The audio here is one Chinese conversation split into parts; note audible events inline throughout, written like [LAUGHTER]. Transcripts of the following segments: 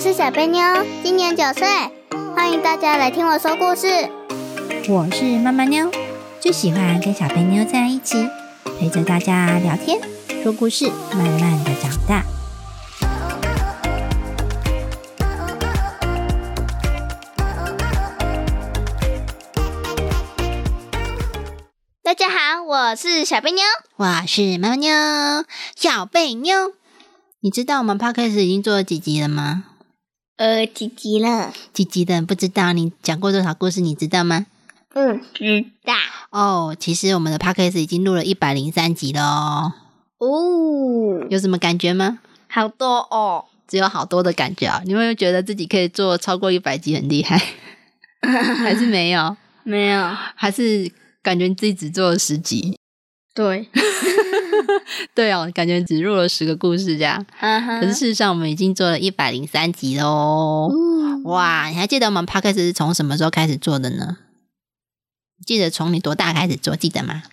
是小贝妞，今年九岁，欢迎大家来听我说故事。我是妈妈妞，最喜欢跟小贝妞在一起，陪着大家聊天、说故事，慢慢的长大。大家好，我是小贝妞。我是妈妈妞，小贝妞。你知道我们 podcast 已经做了几集了吗？呃，几集了？几集的不知道，你讲过多少故事，你知道吗？不知道哦，其实我们的 podcast 已经录了一百零三集了哦，哦，有什么感觉吗？好多哦。只有好多的感觉啊！你有没有觉得自己可以做超过一百集很厉害？ [LAUGHS] 还是没有？没有，还是感觉自己只做了十集？对，对哦，感觉只录了十个故事这样。哈哈可是事实上，我们已经做了一百零三集嗯喽！哇，你还记得我们 podcast 是从什么时候开始做的呢？记得从你多大开始做？记得吗？你知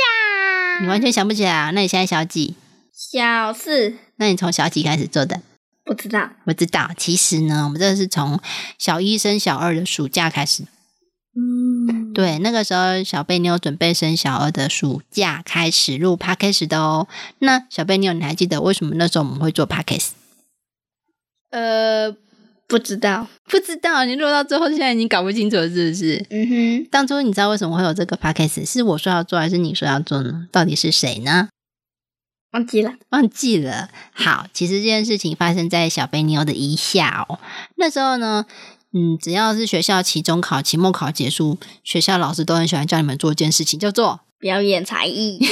道。完全想不起来啊？那你现在小几？小四那你从小几开始做的？不知道，我知道，其实呢，我们这是从小一升小二的暑假开始。嗯，对，那个时候小贝妞准备升小二的暑假开始录 podcast 的哦。那小贝妞，你还记得为什么那时候我们会做 podcast？呃，不知道。不知道，你录到最后现在已经搞不清楚了，是不是？嗯哼，当初你知道为什么会有这个 podcast？是我说要做，还是你说要做呢？到底是谁呢？忘记了。忘记了。好，其实这件事情发生在小贝妞的一下哦。那时候呢，嗯，只要是学校期中考、期末考结束，学校老师都很喜欢叫你们做一件事情，叫做……表演才艺， [LAUGHS]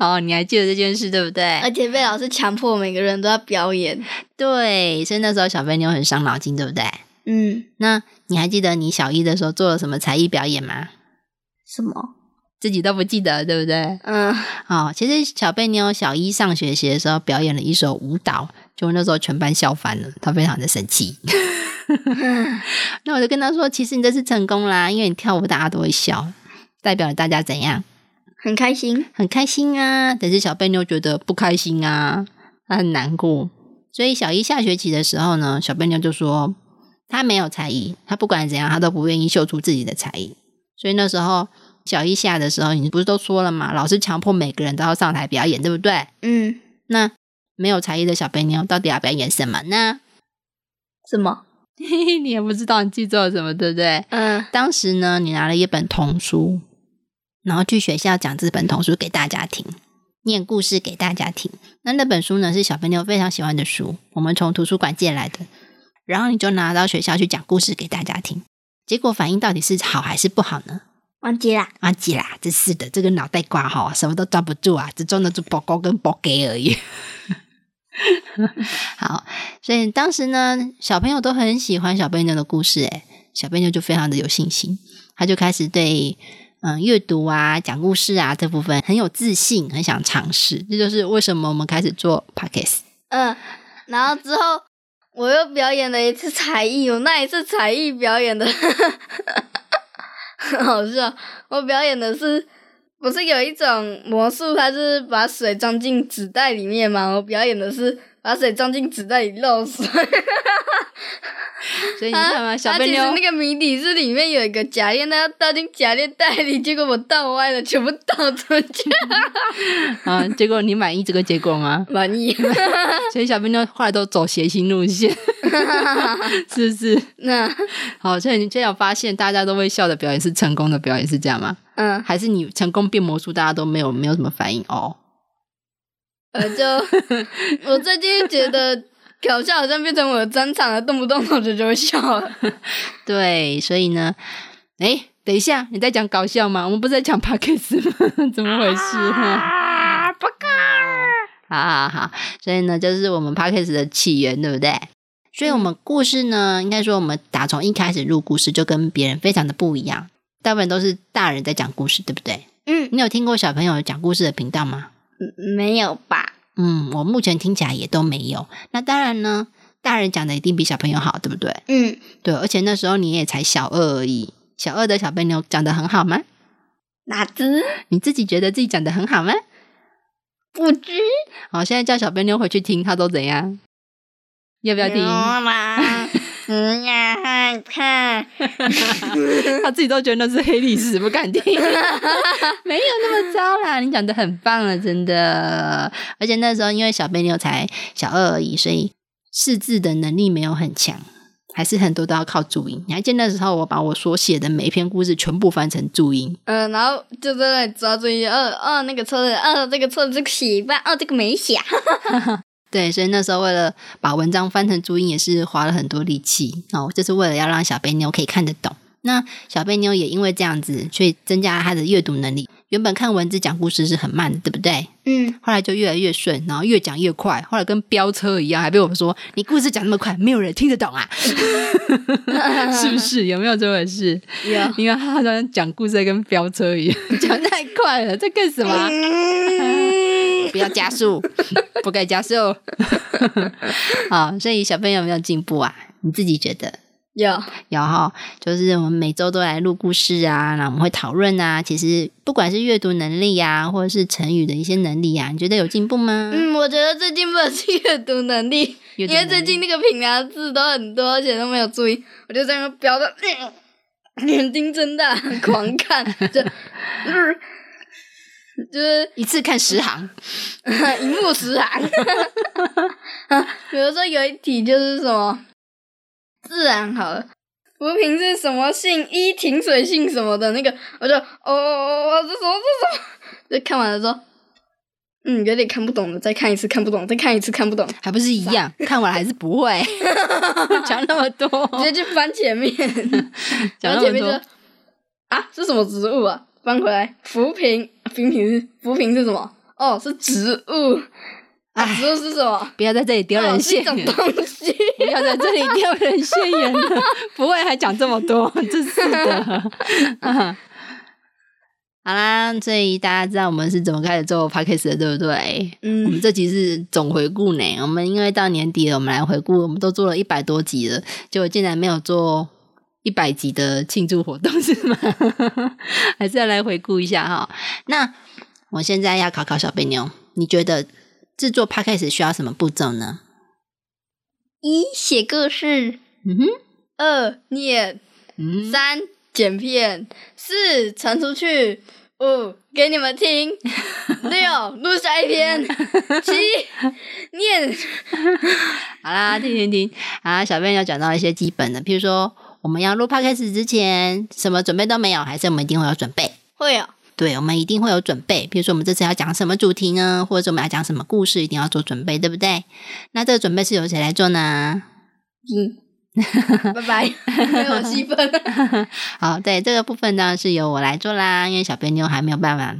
哦，你还记得这件事对不对？而且被老师强迫每个人都要表演。对，所以那时候小贝妞很伤脑筋，对不对？嗯，那你还记得你小一的时候做了什么才艺表演吗？什么？自己都不记得，对不对？嗯，哦，其实小贝妞小一上学期的时候表演了一首舞蹈，就那时候全班笑翻了，她非常的生气。 [LAUGHS] 嗯那我就跟她说，其实你这次成功啦，因为你跳舞大家都会笑，代表了大家怎样 [LAUGHS] 很开心。很开心啊。但是小贝妞觉得不开心啊，她很难过。所以小一下学期的时候呢，小贝妞就说她没有才艺，她不管怎样，她都不愿意秀出自己的才艺。所以那时候小一下的时候，你不是都说了吗？老师强迫每个人都要上台表演，对不对？嗯，那没有才艺的小贝妞到底要表演什么呢？什么？ [LAUGHS] 你也不知道你记做了什么，对不对？嗯当时呢，你拿了一本童书，然后去学校讲这本童书给大家听，念故事给大家听。那那本书呢是小朋友非常喜欢的书，我们从图书馆借来的。然后你就拿到学校去讲故事给大家听，结果反应到底是好还是不好呢？忘记啦。忘记啦，真是的，这个脑袋瓜哈，什么都抓不住啊，只抓得住宝高跟宝给而已。 [LAUGHS] 好，所以当时呢，小朋友都很喜欢小贝妞的故事，诶，小贝妞就非常的有信心，他就开始对嗯阅读啊、讲故事啊这部分很有自信，很想尝试。这就是为什么我们开始做 podcast。嗯，然后之后我又表演了一次才艺，我那一次才艺表演的 [LAUGHS] 很好笑。我表演的是，不是有一种魔术，它是把水装进纸袋里面嘛？我表演的是把水装进纸袋里漏水。所以你它 [LAUGHS] 看嘛，小它贝其实妞那个谜底是里面有一个假链，它要倒进假链袋里，结果我倒歪了，全部倒出去。啊，结果你满意这个结果吗？ [LAUGHS] 满意。所以小贝妞后来都走谐星路线， [LAUGHS] 是不是？ [LAUGHS] 那好，所以你这样发现，大家都会笑的表演是成功的表演是这样吗？嗯，还是你成功变魔术，大家都没有没有什么反应哦？我呃就我最近觉得搞笑好像变成我的专场了，动不动我就就会笑了。对，所以呢，哎，等一下，你在讲搞笑吗？我们不是在讲 p o c k s t 吗？ [LAUGHS] 怎么回事啊？啊，不够！ [LAUGHS] 好好好，所以呢，就是我们 p o c k s t 的起源，对不对？所以我们故事呢，应该说我们打从一开始录故事就跟别人非常的不一样，大部分都是大人在讲故事，对不对？嗯，你有听过小朋友讲故事的频道吗？没有吧？嗯，我目前听起来也都没有。那当然呢，大人讲的一定比小朋友好，对不对？嗯，对，而且那时候你也才小二而已，小二的小笨妞讲的很好吗？哪只？你自己觉得自己讲的很好吗？不知。好，现在叫小笨妞回去听，她都怎样？要不要听？啊吗？嗯你也害怕？ [LAUGHS] 他自己都觉得那是黑历史，不敢 [LAUGHS] 听。没有那么糟啦，你讲的很棒了，真的。而且那时候因为小贝妞才小二而已，所以识字的能力没有很强，还是很多都要靠注音。你还记得那时候我把我所写的每一篇故事全部翻成注音，嗯，然后就在那里抓住一些，哦哦，那个错了，哦，这个错了，这个写一半，哦，这个没写。对，所以那时候为了把文章翻成注音，也是花了很多力气哦，就是为了要让小贝妞可以看得懂。那小贝妞也因为这样子，所以增加她的阅读能力。原本看文字讲故事是很慢的，对不对？嗯，后来就越来越顺，然后越讲越快，后来跟飙车一样，还被我们说你故事讲那么快，没有人听得懂 [LAUGHS] 啊，是不是？有没有这回 [LAUGHS] 事？有。因为他好像讲故事在跟飙车一样，讲太快了，在干什么啊？ [LAUGHS] 嗯不要加速，不该 [LAUGHS] 加速。好，所以小朋友有没有进步啊？你自己觉得？ [LAUGHS] 有，有哈，就是我们每周都来录故事啊，然后我们会讨论啊。其实不管是阅读能力啊，或者是成语的一些能力啊，你觉得有进步吗？嗯，我觉得最近不是阅读能力，阅因读能为力最近那个平量字都很多，而且都没有注意，我就在那边飙的，嗯 [LAUGHS] 眼睛睁大，狂看， [LAUGHS] 就，嗯就是一次看十行， [LAUGHS] 一目十行。比如说有一题就是什么自然好了，浮萍是什么姓？一停水姓什么的那个，我就哦哦哦哦，这什么这什么？就看完了之后，嗯，有点看不懂了，再看一次看不懂，再看一次看不懂，还不是一样？看完了还是 [LAUGHS] 不会，讲那么多，直接去翻前面，讲然那后前么面就多，啊是什么植物啊？翻回来，浮萍，浮萍是浮萍是什么？哦，是植物，啊、哎，植物是什么？不要在这里丢人哦是现一种眼。东西。 [LAUGHS] 不要在这里丢人现眼了，不会还讲这么多，真 [LAUGHS] 是的。啊好啦，所以大家知道我们是怎么开始做 podcast 的，对不对？我嗯们这集是总回顾呢，我们因为到年底了，我们来回顾，我们都做了一百多集了，结果竟然没有做一百集的庆祝活动，是 [LAUGHS] 吗？还是要来回顾一下哈。那我现在要考考小贝妞，你觉得制作 podcast 需要什么步骤呢？一写故事，嗯哼，二念，嗯，三剪片，四传出去，五给你们听，六录下一篇，七 [LAUGHS] 念，好啦，听听听，好啦，小贝要讲到一些基本的，譬如说我们要录 podcast 之前，什么准备都没有，还是我们一定会有准备？会哦，对，我们一定会有准备。比如说，我们这次要讲什么主题呢？或者是我们要讲什么故事，一定要做准备，对不对？那这个准备是由谁来做呢？嗯，拜 [LAUGHS] 拜，没有戏份，好，对这个部分当然是由我来做啦，因为小贝妞还没有办法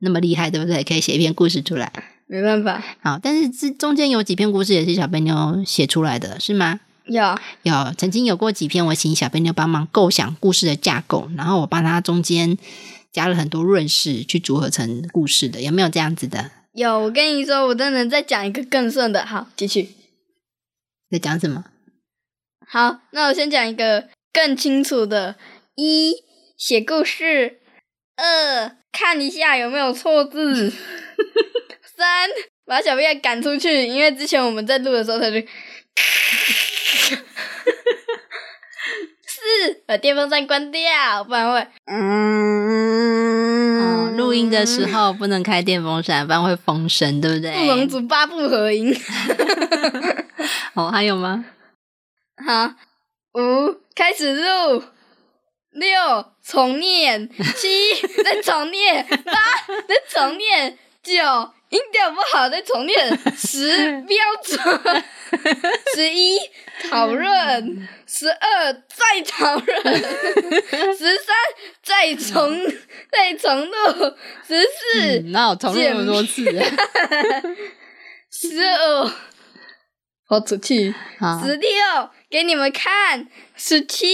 那么厉害，对不对？可以写一篇故事出来。没办法，好，但是这中间有几篇故事也是小贝妞写出来的，是吗？要有曾经有过几篇，我请小编妞帮忙构想故事的架构，然后我帮他中间加了很多润饰去组合成故事的，有没有这样子的？有，我跟你说，我真的再讲一个更顺的，好，继续，在讲什么？好，那我先讲一个更清楚的：一写故事，二看一下有没有错字， [LAUGHS] 三把小贝赶出去，因为之前我们在录的时候他就，四把电风扇关掉，不然会嗯，嗯录音的时候不能开电风扇，不然会风声，对不对？不能组八不合音。哦，还有吗？好，五开始录，六重念，七再重念，八再重念，九音调不好再重念，十标准，十一讨论，十二再讨论，十三再重再重录，十四嗯，那我重录那么多次，十五豁出去。 [LAUGHS] 好，十六给你们看，十七，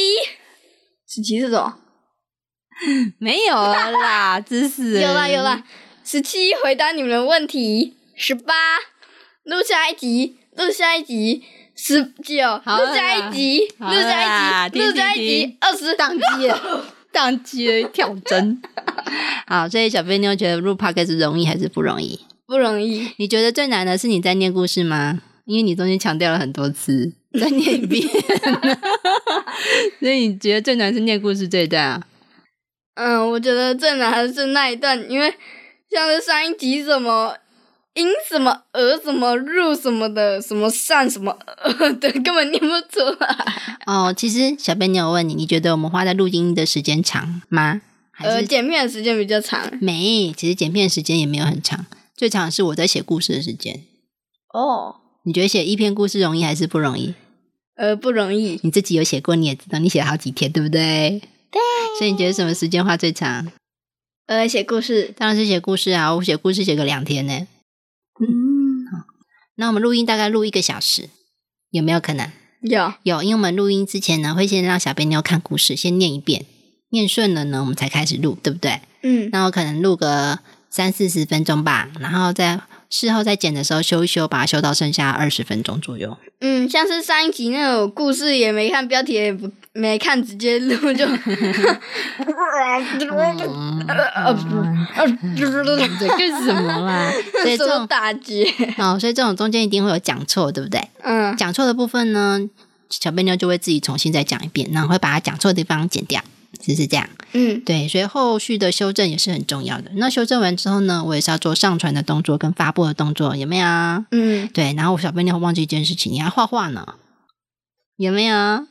十七是什么？没有了啦，真是有啦有啦，十七回答你们的问题，十八录下一集，录下一集，十九好了啊录下一集，好录了下啦一集，录停下一停集停，二十宕机了，宕机了，跳针。 [LAUGHS] 好，所以小贝妞觉得录 podcast 容易还是不容易？ [LAUGHS] 不容易，你觉得最难的是你在念故事吗？因为你中间强调了很多 [LAUGHS] 次，再念一遍。 [LAUGHS] 所以你觉得最难是念故事这一段啊？嗯，我觉得最难的是那一段，因为像是上一集什么因什么而什么入什么的，什么善什么呃的，根本念不出来。哦，其实小贝妞，我问你，你觉得我们花在录音的时间长吗？还呃，是剪片的时间比较长。没？其实剪片时间也没有很长，最长的是我在写故事的时间。哦，你觉得写一篇故事容易还是不容易？呃，不容易。你自己有写过，你也知道，你写了好几天，对不对？对。所以你觉得什么时间花最长？呃，写故事，当然是写故事啊！我写故事写个两天呢。嗯，那我们录音大概录一个小时，有没有可能？有，有，因为我们录音之前呢，会先让小编妞看故事，先念一遍，念顺了呢，我们才开始录，对不对？嗯，那我可能录个三四十分钟吧，然后再事后再剪的时候修一修，把它修到剩下二十分钟左右。嗯，像是上一集那种故事也没看标题，也不没看，直接录 [LAUGHS] 就，哦呃嗯，这干什么啦？ [LAUGHS] 所以这受种打击。哦，所以这种中间一定会有讲错，对不对？嗯讲错的部分呢，小贝妞就会自己重新再讲一遍，然后会把它讲错的地方剪掉，只是这样。嗯对，所以后续的修正也是很重要的。那修正完之后呢，我也是要做上传的动作跟发布的动作，有没有啊？嗯，对，然后我小贝妞会忘记一件事情，你还画画呢，有没有？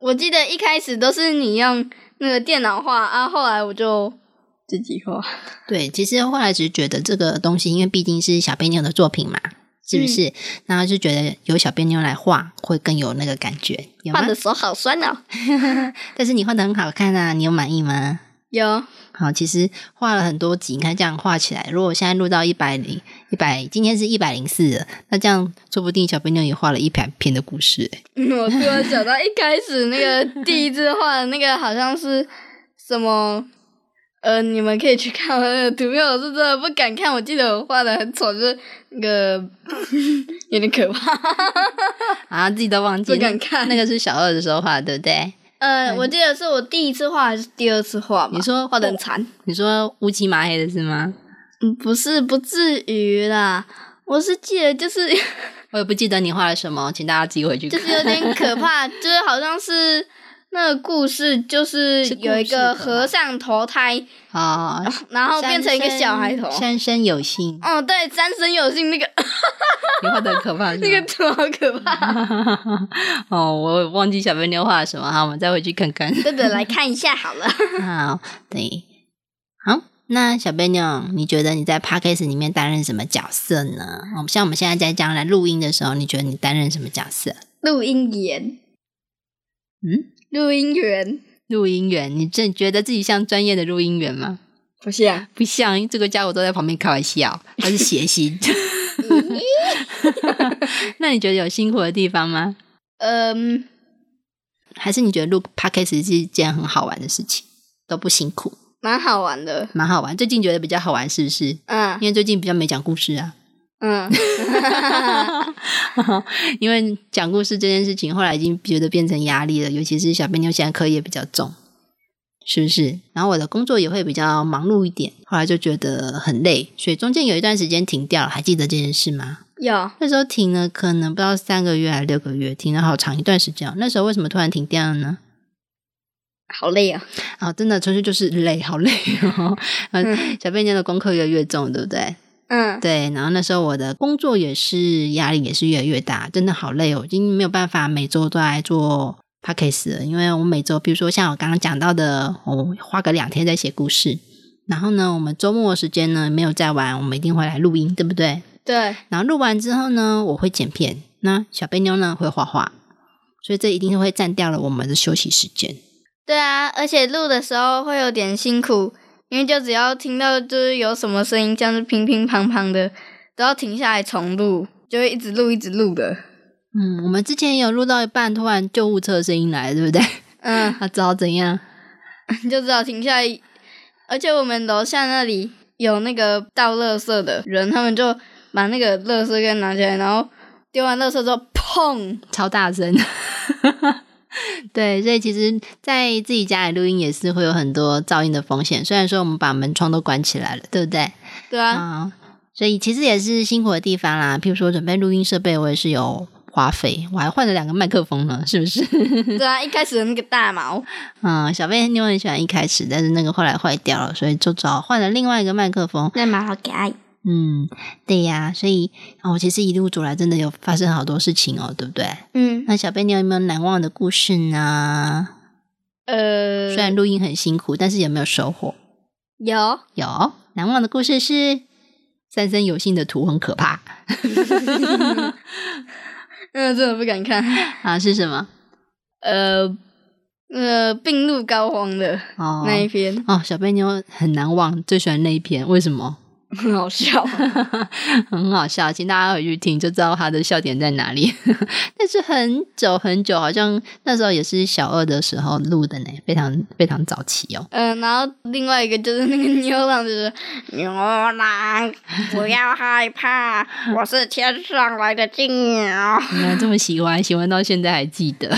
我记得一开始都是你用那个电脑画啊，后来我就自己画。对，其实后来只是觉得这个东西，因为毕竟是小贝妞的作品嘛，嗯是不是？然后就觉得由小贝妞来画会更有那个感觉，有画吗的？手好酸哦。但是你画的很好看啊，你有满意吗？有，好，其实画了很多集，你看这样画起来，如果我现在录到一百零一百，今天是一百零四了，那这样说不定小笨妞也画了一百篇的故事、欸。嗯我突然想到一开始那个第一次画的那个好像是什么。呃，你们可以去看我的图片，我是真的不敢看。我记得我画的很丑，就是那个 [LAUGHS] 有点可怕，啊，自己都忘记，不敢那看那个是小二的时候画的，对不对？呃，我记得是我第一次画还是第二次画吧？你说画的很惨？你说乌漆麻黑的是吗？嗯，不是，不至于啦。我是记得就是 [LAUGHS] 我也不记得你画了什么，请大家自己回去就看。是有点可 [LAUGHS] 怕，就是好像是那个故事，就是是故事有一个的吗和尚投胎，啊，然后变成一个小孩头。三生有幸，哦，对，三生有幸那个你画的可 [LAUGHS] 怕是吗？那个图好可怕。哦，我忘记小笨妞画了什么，好，我们再回去看看。 [LAUGHS] 对的，来看一下好了。好，对，好。那小贝妞，你觉得你在 podcast 里面担任什么角色呢？我们像我们现在在将来录音的时候，你觉得你担任什么角色？ [LAUGHS] 录音员，嗯，录音员录音员，你真的觉得自己像专业的录音员吗？不是啊，不像，这个家伙都在旁边开玩笑， [LAUGHS] 他是谐星。嗯那你觉得有辛苦的地方吗？嗯，还是你觉得录 podcast 是一件很好玩的事情，都不辛苦，蛮好玩的。蛮好玩？最近觉得比较好玩是不是？嗯因为最近比较没讲故事啊。 [LAUGHS] 嗯，因为讲故事这件事情，后来已经觉得变成压力了，尤其是小朋友现在课业比较重，是不是？然后我的工作也会比较忙碌一点，后来就觉得很累，所以中间有一段时间停掉了，还记得这件事吗？有那时候停了，可能不知道三个月还是六个月，停了好长一段时间哦。那时候为什么突然停掉了呢？好累啊。啊、真的纯粹就是累，好累哦。嗯，小贝妞的功课越来越重，对不对？嗯，对，然后那时候我的工作也是压力也是越来越大，真的好累哦，我已经没有办法每周都来做 p a c k a g e 了，因为我每周，比如说像我刚刚讲到的，我花个两天在写故事，然后呢，我们周末的时间呢没有在玩，我们一定会来录音，对不对？对，然后录完之后呢，我会剪片，那小贝妞呢会画画，所以这一定会占掉了我们的休息时间。对啊，而且录的时候会有点辛苦，因为就只要听到就是有什么声音，像是乒乒乓乓的，都要停下来重录，就会一直录一直录的。嗯，我们之前有录到一半，突然救护车的声音来了，对不 [LAUGHS] 对？嗯，他知道怎样？就只好停下来。而且我们楼下那里有那个倒垃圾的人，他们就把那个垃圾给拿起来，然后丢完垃圾之后，砰！超大声。 [LAUGHS] 对，所以其实，在自己家里录音也是会有很多噪音的风险。虽然说我们把门窗都关起来了，对不对？对啊，啊、所以其实也是辛苦的地方啦。譬如说准备录音设备，我也是有花费，我还换了两个麦克风呢，是不是？ [LAUGHS] 对啊，一开始的那个大毛，嗯，小贝妞很喜欢一开始，但是那个后来坏掉了，所以就只好换了另外一个麦克风。那蛮好可爱。嗯，对呀，所以哦，其实一路走来真的有发生好多事情哦，对不对？嗯，那小贝妞有没有难忘的故事呢？呃虽，然录音很辛苦，但是有没有收获？有，有难忘的故事是三生有幸的图很可怕嗯，真的不敢看。啊，是什么？呃，呃，病入膏肓的哦，那一 [LAUGHS] 篇，哦，小贝妞很难忘，最喜欢那一篇，为什么？ [LAUGHS] 很好笑。很好笑，请大家回去听就知道他的笑点在哪里。 [LAUGHS] 但是很久很久，好像那时候也是小二的时候录的呢，非常非常早期哦。嗯，然后另外一个就是那个牛郎，就是牛郎，不要害怕，我是天上来的金鸟。 [LAUGHS] 你看这么喜欢，喜欢到现在还记得， [LAUGHS]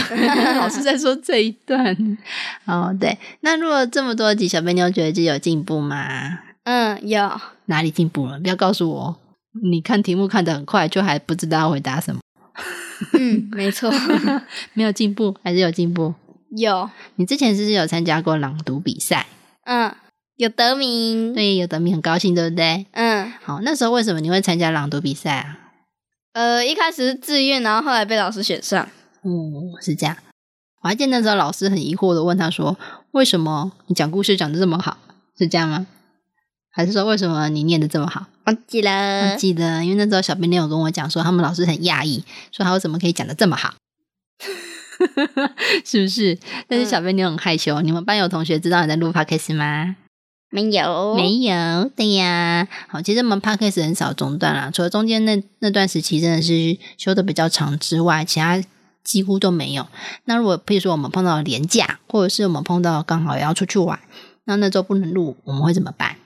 老是在说这一段。哦，对，那如果这么多集，小贝妞觉得自己有进步吗？嗯，有，哪里进步了？不要告诉我，你看题目看得很快，就还不知道要回答什么，嗯，没错， [LAUGHS] [LAUGHS] 没有进步还是有进步？有，你之前是不是有参加过朗读比赛？嗯，有得名。对，有的你很高兴，对不对？嗯，好，那时候为什么你会参加朗读比赛啊？呃，一开始是自愿，然后后来被老师选上。嗯，是这样。我还记得那时候老师很疑惑的问他说：“为什么你讲故事讲的这么好？是这样吗？还是说为什么你念的这么好？”忘记了我，记得，因为那时候小编练有跟我讲说，他们老师很讶异，说他为什么可以讲的这么好， [LAUGHS] 是不是？但是小编练很害羞，你们班有同学知道你在录 podcast 吗？没有，没有，对呀。好，其实我们 podcast 很少中断啦，除了中间那那段时期真的是休的比较长之外，其他几乎都没有。那如果譬如说我们碰到廉假，或者是我们碰到刚好也要出去玩，那那周不能录，我们会怎么办？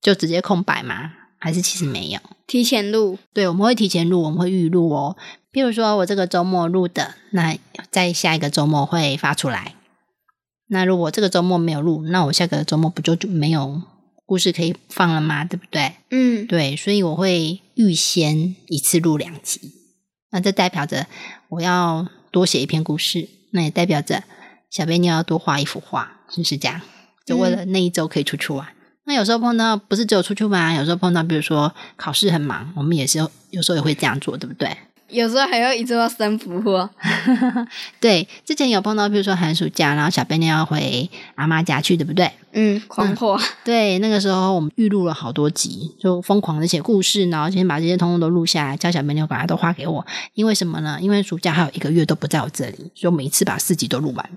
就直接空白吗？还是其实没有？提前录。对，我们会提前录，我们会预录哦。譬如说我这个周末录的，那在下一个周末会发出来。那如果这个周末没有录，那我下个周末不就就没有故事可以放了吗？对不对？嗯，对，所以我会预先一次录两集。那这代表着我要多写一篇故事，那也代表着小贝妞要多画一幅画，是不是这样？就为了那一周可以出去玩。那有时候碰到不是只有出去玩，啊有时候碰到比如说考试很忙，我们也是有有时候也会这样做，对不对？有时候还要一周要三幅画。对，之前有碰到，比如说寒暑假，然后小贝妞要回阿妈家去，对不对？嗯， [LAUGHS] 狂画。对，那个时候我们预录了好多集，就疯狂的写故事，然后先把这些通通都录下来，叫小朋友把它都画给我。因为什么呢？因为暑假还有一个月都不在我这里，所以我每一次把四集都录完，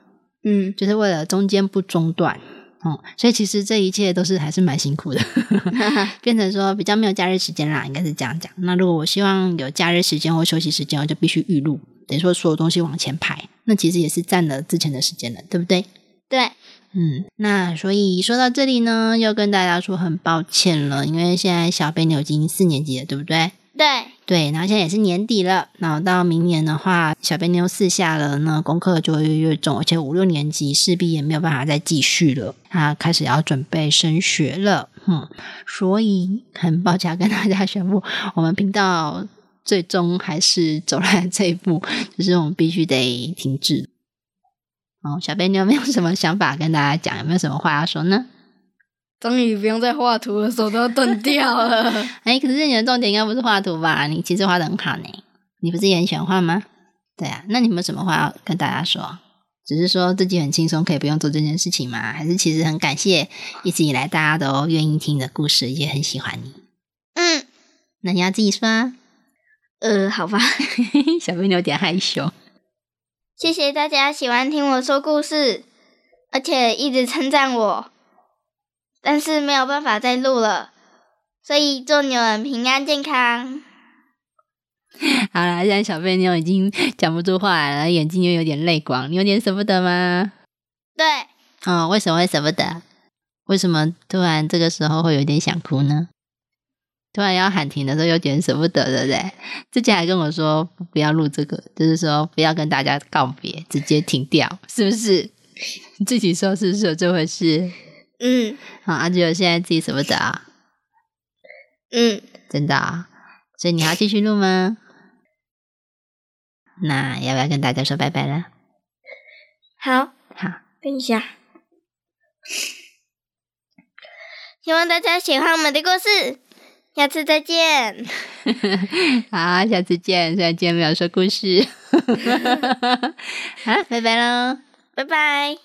嗯，就是为了中间不中断。嗯，所以其实这一切都是还是蛮辛苦的， [LAUGHS] 嗯变成说比较没有假日时间啦，应该是这样讲。那如果我希望有假日时间或休息时间，我就必须预录，等于说所有东西往前排，那其实也是占了之前的时间了，对不对？ [LAUGHS] 对，嗯，那所以说到这里呢，要跟大家说很抱歉了，因为现在小贝牛已经四年级了，对不对？对，对，然后现在也是年底了，然后到明年的话，小贝妞四下了，那功课就会越来越重，而且五六年级势必也没有办法再继续了，他开始要准备升学了，嗯，所以很抱歉要跟大家宣布，我们频道最终还是走来这一步，就是我们必须得停滞。哦，小贝妞有没有什么想法跟大家讲？有没有什么话要说呢？终于不用再画图了，手都要断掉了。哎，可是你的重点应该不是画图吧？你其实画的很好呢，你不是也很喜欢画吗？对啊，那你们有什么话要跟大家说？只是说自己很轻松，可以不用做这件事情吗？还是其实很感谢一直以来大家都愿意听你的故事，也很喜欢你？嗯，那你要自己说啊。 [LAUGHS] [LAUGHS] 呃，好 [LAUGHS] 吧，小朋友有点害羞。谢谢大家喜欢听我说故事，而且一直称赞我，但是没有办法再录了，所以祝你们平安健康。好啦，现在小贝妞已经讲不出话来了，眼睛又有点泪光，你有点舍不得吗？对，哦，为什么会舍不得？为什么突然这个时候会有点想哭呢？突然要喊停的时候有点舍不得，对不对？之前还跟我说不要录这个，就是说不要跟大家告别，直接停掉，是不是？ [LAUGHS] 你自己说是不是有这回事？嗯好，阿九现在自己舍不得啊？嗯，真的啊、所以你还要继续录吗？那要不要跟大家说拜拜了？好，好，等一下。希望大家喜欢我们的故事，下次再见。 [LAUGHS] 好，下次见。虽然今天没有说故事， [LAUGHS] 好，拜拜喽。拜拜。